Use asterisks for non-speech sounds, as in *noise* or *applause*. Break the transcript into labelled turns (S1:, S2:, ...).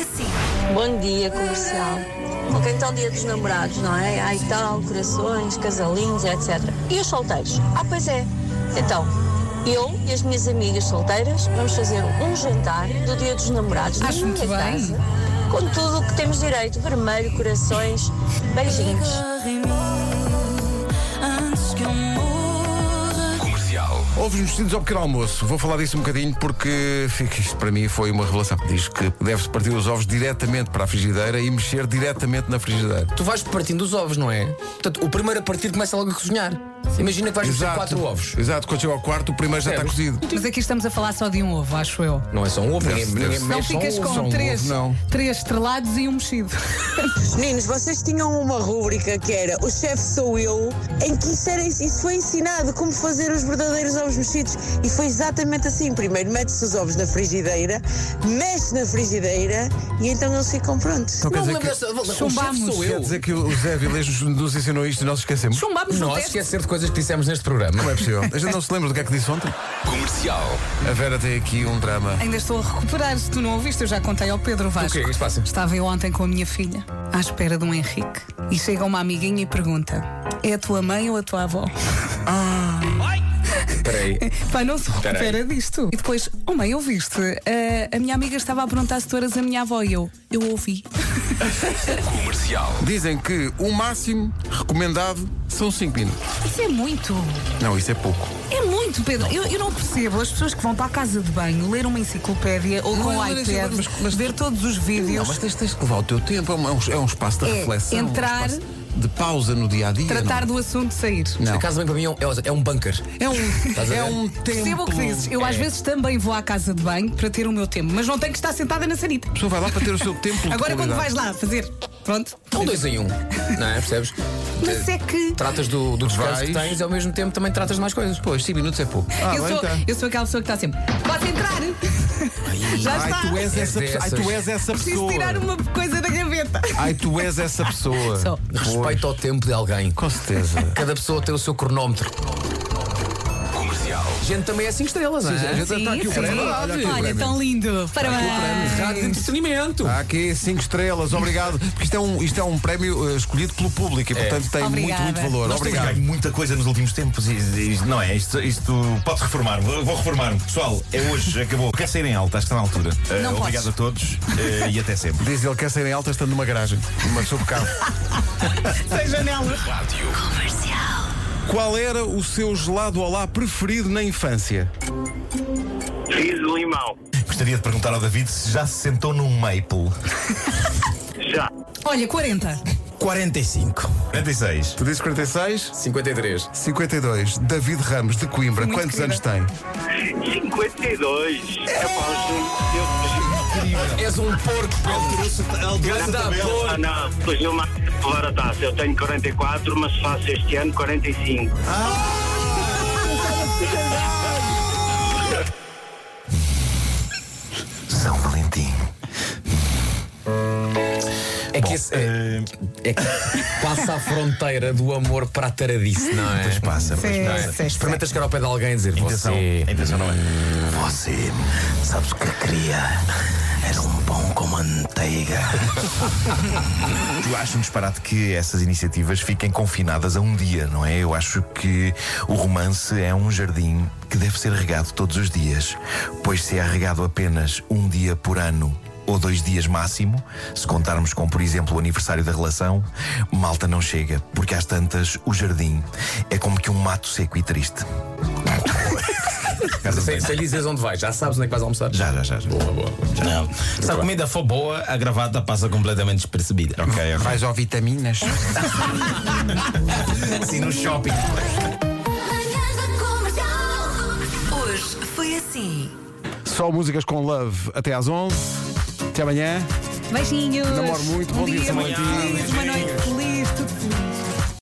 S1: assim.
S2: Bom dia, comercial. Ok, então dia dos namorados, não é? Há e tal, corações, casalinhos, etc. E os solteiros? Ah, pois é. Então, eu e as minhas amigas solteiras vamos fazer um jantar do dia dos namorados na
S3: Acho
S2: minha
S3: muito bem.
S2: casa. Com tudo o que temos direito, vermelho, corações, beijinhos.
S4: Comercial.
S5: Ovos mexidos ao pequeno almoço. Vou falar disso um bocadinho porque fica, isto para mim foi uma revelação. Diz que deve-se partir os ovos diretamente para a frigideira e mexer diretamente na frigideira.
S6: Tu vais partindo os ovos, não é? Portanto, o primeiro a partir começa logo a cozinhar. Imagina que vais fazer quatro ovos.
S5: Exato, quando chega ao quarto, o primeiro já está
S6: Percebes?
S5: cozido.
S3: Mas aqui estamos a falar só de um ovo, acho eu.
S6: Não é só um ovo,
S5: Deve-
S6: ninguém, ninguém
S5: deve-
S3: Não
S6: mexe só
S3: ficas
S6: um ovo.
S5: só um
S3: com
S5: ovo,
S3: três,
S5: não.
S3: três estrelados e um mexido. *laughs*
S7: Meninos, vocês tinham uma rúbrica que era O Chefe Sou Eu, em que isso, era, isso foi ensinado, como fazer os verdadeiros ovos mexidos. E foi exatamente assim. Primeiro mete-se os ovos na frigideira, mexe na frigideira e então eles ficam prontos.
S5: Então quer
S6: Não me
S5: dizer que,
S6: lembro dessa. O chefe
S3: Chumbámos.
S6: sou
S5: quer
S6: eu.
S5: dizer que o Zé Vilés nos- nos ensinou isto e nós esquecemos?
S3: Chumbámos no
S6: Nós
S3: teste.
S6: esquecer de coisas que dissemos neste programa.
S5: Não é possível. A gente não se lembra do que é que disse ontem.
S4: Comercial.
S5: A Vera tem aqui um drama.
S3: Ainda estou a recuperar, se tu não ouviste, eu já contei ao Pedro Vasco.
S6: O que é que se passa?
S3: Estava eu ontem com a minha filha, à espera de um Henrique. E chega uma amiguinha e pergunta: é a tua mãe ou a tua avó? *laughs*
S6: Espera aí.
S3: Pai, não se
S6: Espera aí.
S3: recupera disto. E depois, oh mãe, ouviste? Ah, a minha amiga estava a perguntar se tu eras a minha avó e eu, eu ouvi.
S4: Comercial.
S5: Dizem que o máximo recomendado são 5 minutos.
S3: Isso é muito.
S5: Não, isso é pouco.
S3: É muito, Pedro. Eu, eu não percebo as pessoas que vão para a casa de banho ler uma enciclopédia ou com
S5: Não,
S3: o
S5: não,
S3: iPad,
S5: mas- mas-
S3: ver todos os
S5: Não,
S3: vídeos.
S5: mas tens, tens que levar o teu tempo. É um, é um- é um espaço de
S3: É,
S5: reflexão.
S3: entrar-
S5: um espaço de pausa no dia a dia.
S3: Tratar do assunto, sair.
S5: Não.
S6: A casa bem para mim é um- é um bunker.
S5: É um,
S6: a
S5: é
S6: ver?
S5: um tempo.
S3: *laughs* Percebo o que dizes. Eu às vezes também vou à casa de banho para ter o meu tempo, mas não tenho que estar sentada na sanita.
S5: A pessoa vai lá para ter o seu tempo. de
S3: Agora quando
S5: qualidade.
S3: vais lá fazer, pronto.
S6: É um dois em um. Não é? Percebes? Eh,
S3: Mas é que
S6: Tratas do, do descanso
S5: Vais.
S6: que tens e ao mesmo tempo também tratas de mais coisas.
S5: Pois, 5 minutos é pouco. Ah,
S3: eu,
S5: bem,
S3: sou,
S5: tá.
S3: eu sou aquela pessoa que está sempre. Pode entrar! *laughs* Já
S5: Ai,
S3: está!
S5: tu és essa pessoa. Ai, tu és essa
S3: Preciso
S5: pessoa. Ah,
S3: tirar uma coisa da gaveta.
S5: Ai, tu és essa pessoa.
S3: *laughs* Só.
S5: Pois,
S6: Respeito ao tempo de alguém.
S5: Com certeza.
S6: Cada pessoa tem o seu cronómetro.
S4: Comercial.
S6: Gente também é 5 estrelas, não
S5: Sim,
S6: é?
S5: gente- Está aqui o prémio. Olha aqui o
S3: Olha,
S5: prémio.
S3: tão lindo.
S6: Rádio de
S3: Parabéns.
S6: entretenimento.
S5: Há Tá aqui 5 estrelas, obrigado. Porque isto é um, isto é um prémio eh, escolhido pelo público e, portanto, tem muito,
S3: Obrigada.
S5: muito valor.
S8: Nós temos
S5: obrigado.
S8: ganho muita coisa nos últimos tempos. e- e Isto, não é? Isto, isto pode reformar. Vou, vou reformar-me. Pessoal, é hoje, *laughs* acabou. Quer sair em alta, acho que está na altura. Eh,
S3: Não
S8: obrigado
S3: podes.
S8: a todos eh, e até sempre.
S5: Diz ele que quer sair em alta estando numa garagem, numa *laughs* supercarro.
S3: Sem janela.
S4: Rádio.
S5: Qual era o seu gelado olá preferido na infância?
S9: Fiz de limão.
S8: Gostaria de perguntar ao David se já se sentou num maple.
S9: Já.
S3: Olha, 40.
S6: 45.
S8: 46.
S5: Tu dizes 46?
S6: 53.
S5: 52. David Ramos, de Coimbra,
S3: Muito
S5: quantos
S3: querida.
S5: anos tem?
S9: 52. É pá, os números
S6: És um porco, Pedro. Ganda
S9: eu... Ah,
S6: porco.
S9: não. Pois não mais levar a taça. Eu tenho 44, mas faço este ano 45.
S8: São Valentim.
S6: É que esse, é,
S8: Eh,
S6: é que passa a fronteira do amor para a taradice, não é?
S8: Pois passa, pois
S3: Sim,
S8: passa.
S3: sim, sim.
S6: Experimenta chegar ao pé de alguém e dizer
S8: Intenção,
S6: você.
S8: a intenção não é.
S10: Você, sabes o que eu queria? Era um pão com manteiga.
S8: Eu acho um disparate que essas iniciativas fiquem confinadas a um dia, não é? Eu acho que o romance é um jardim que deve ser regado todos os dias, pois se é regado apenas um dia por ano. Ou dois dias máximo, se contarmos com, por exemplo, o aniversário da relação, malta não chega, porque às tantas o jardim é como que um mato seco e triste.
S6: Sem, sem lhe dizeres onde vais, já sabes onde é que vais almoçar.
S8: Já, já, já. já.
S10: Não. Se a comida for boa, a gravata passa completamente despercebida.
S8: Ok, ok.
S5: Vais ao vitaminas.
S8: Assim no shopping.
S1: Manhãs da Comercial. Hoje foi assim.
S5: Só músicas com love até às 11. Até amanhã.
S3: Beijinhos.
S5: Namoro muito,
S3: um
S5: bom dia,
S3: dia,
S5: São
S3: muito
S5: Valentim.
S3: feliz, uma noite feliz.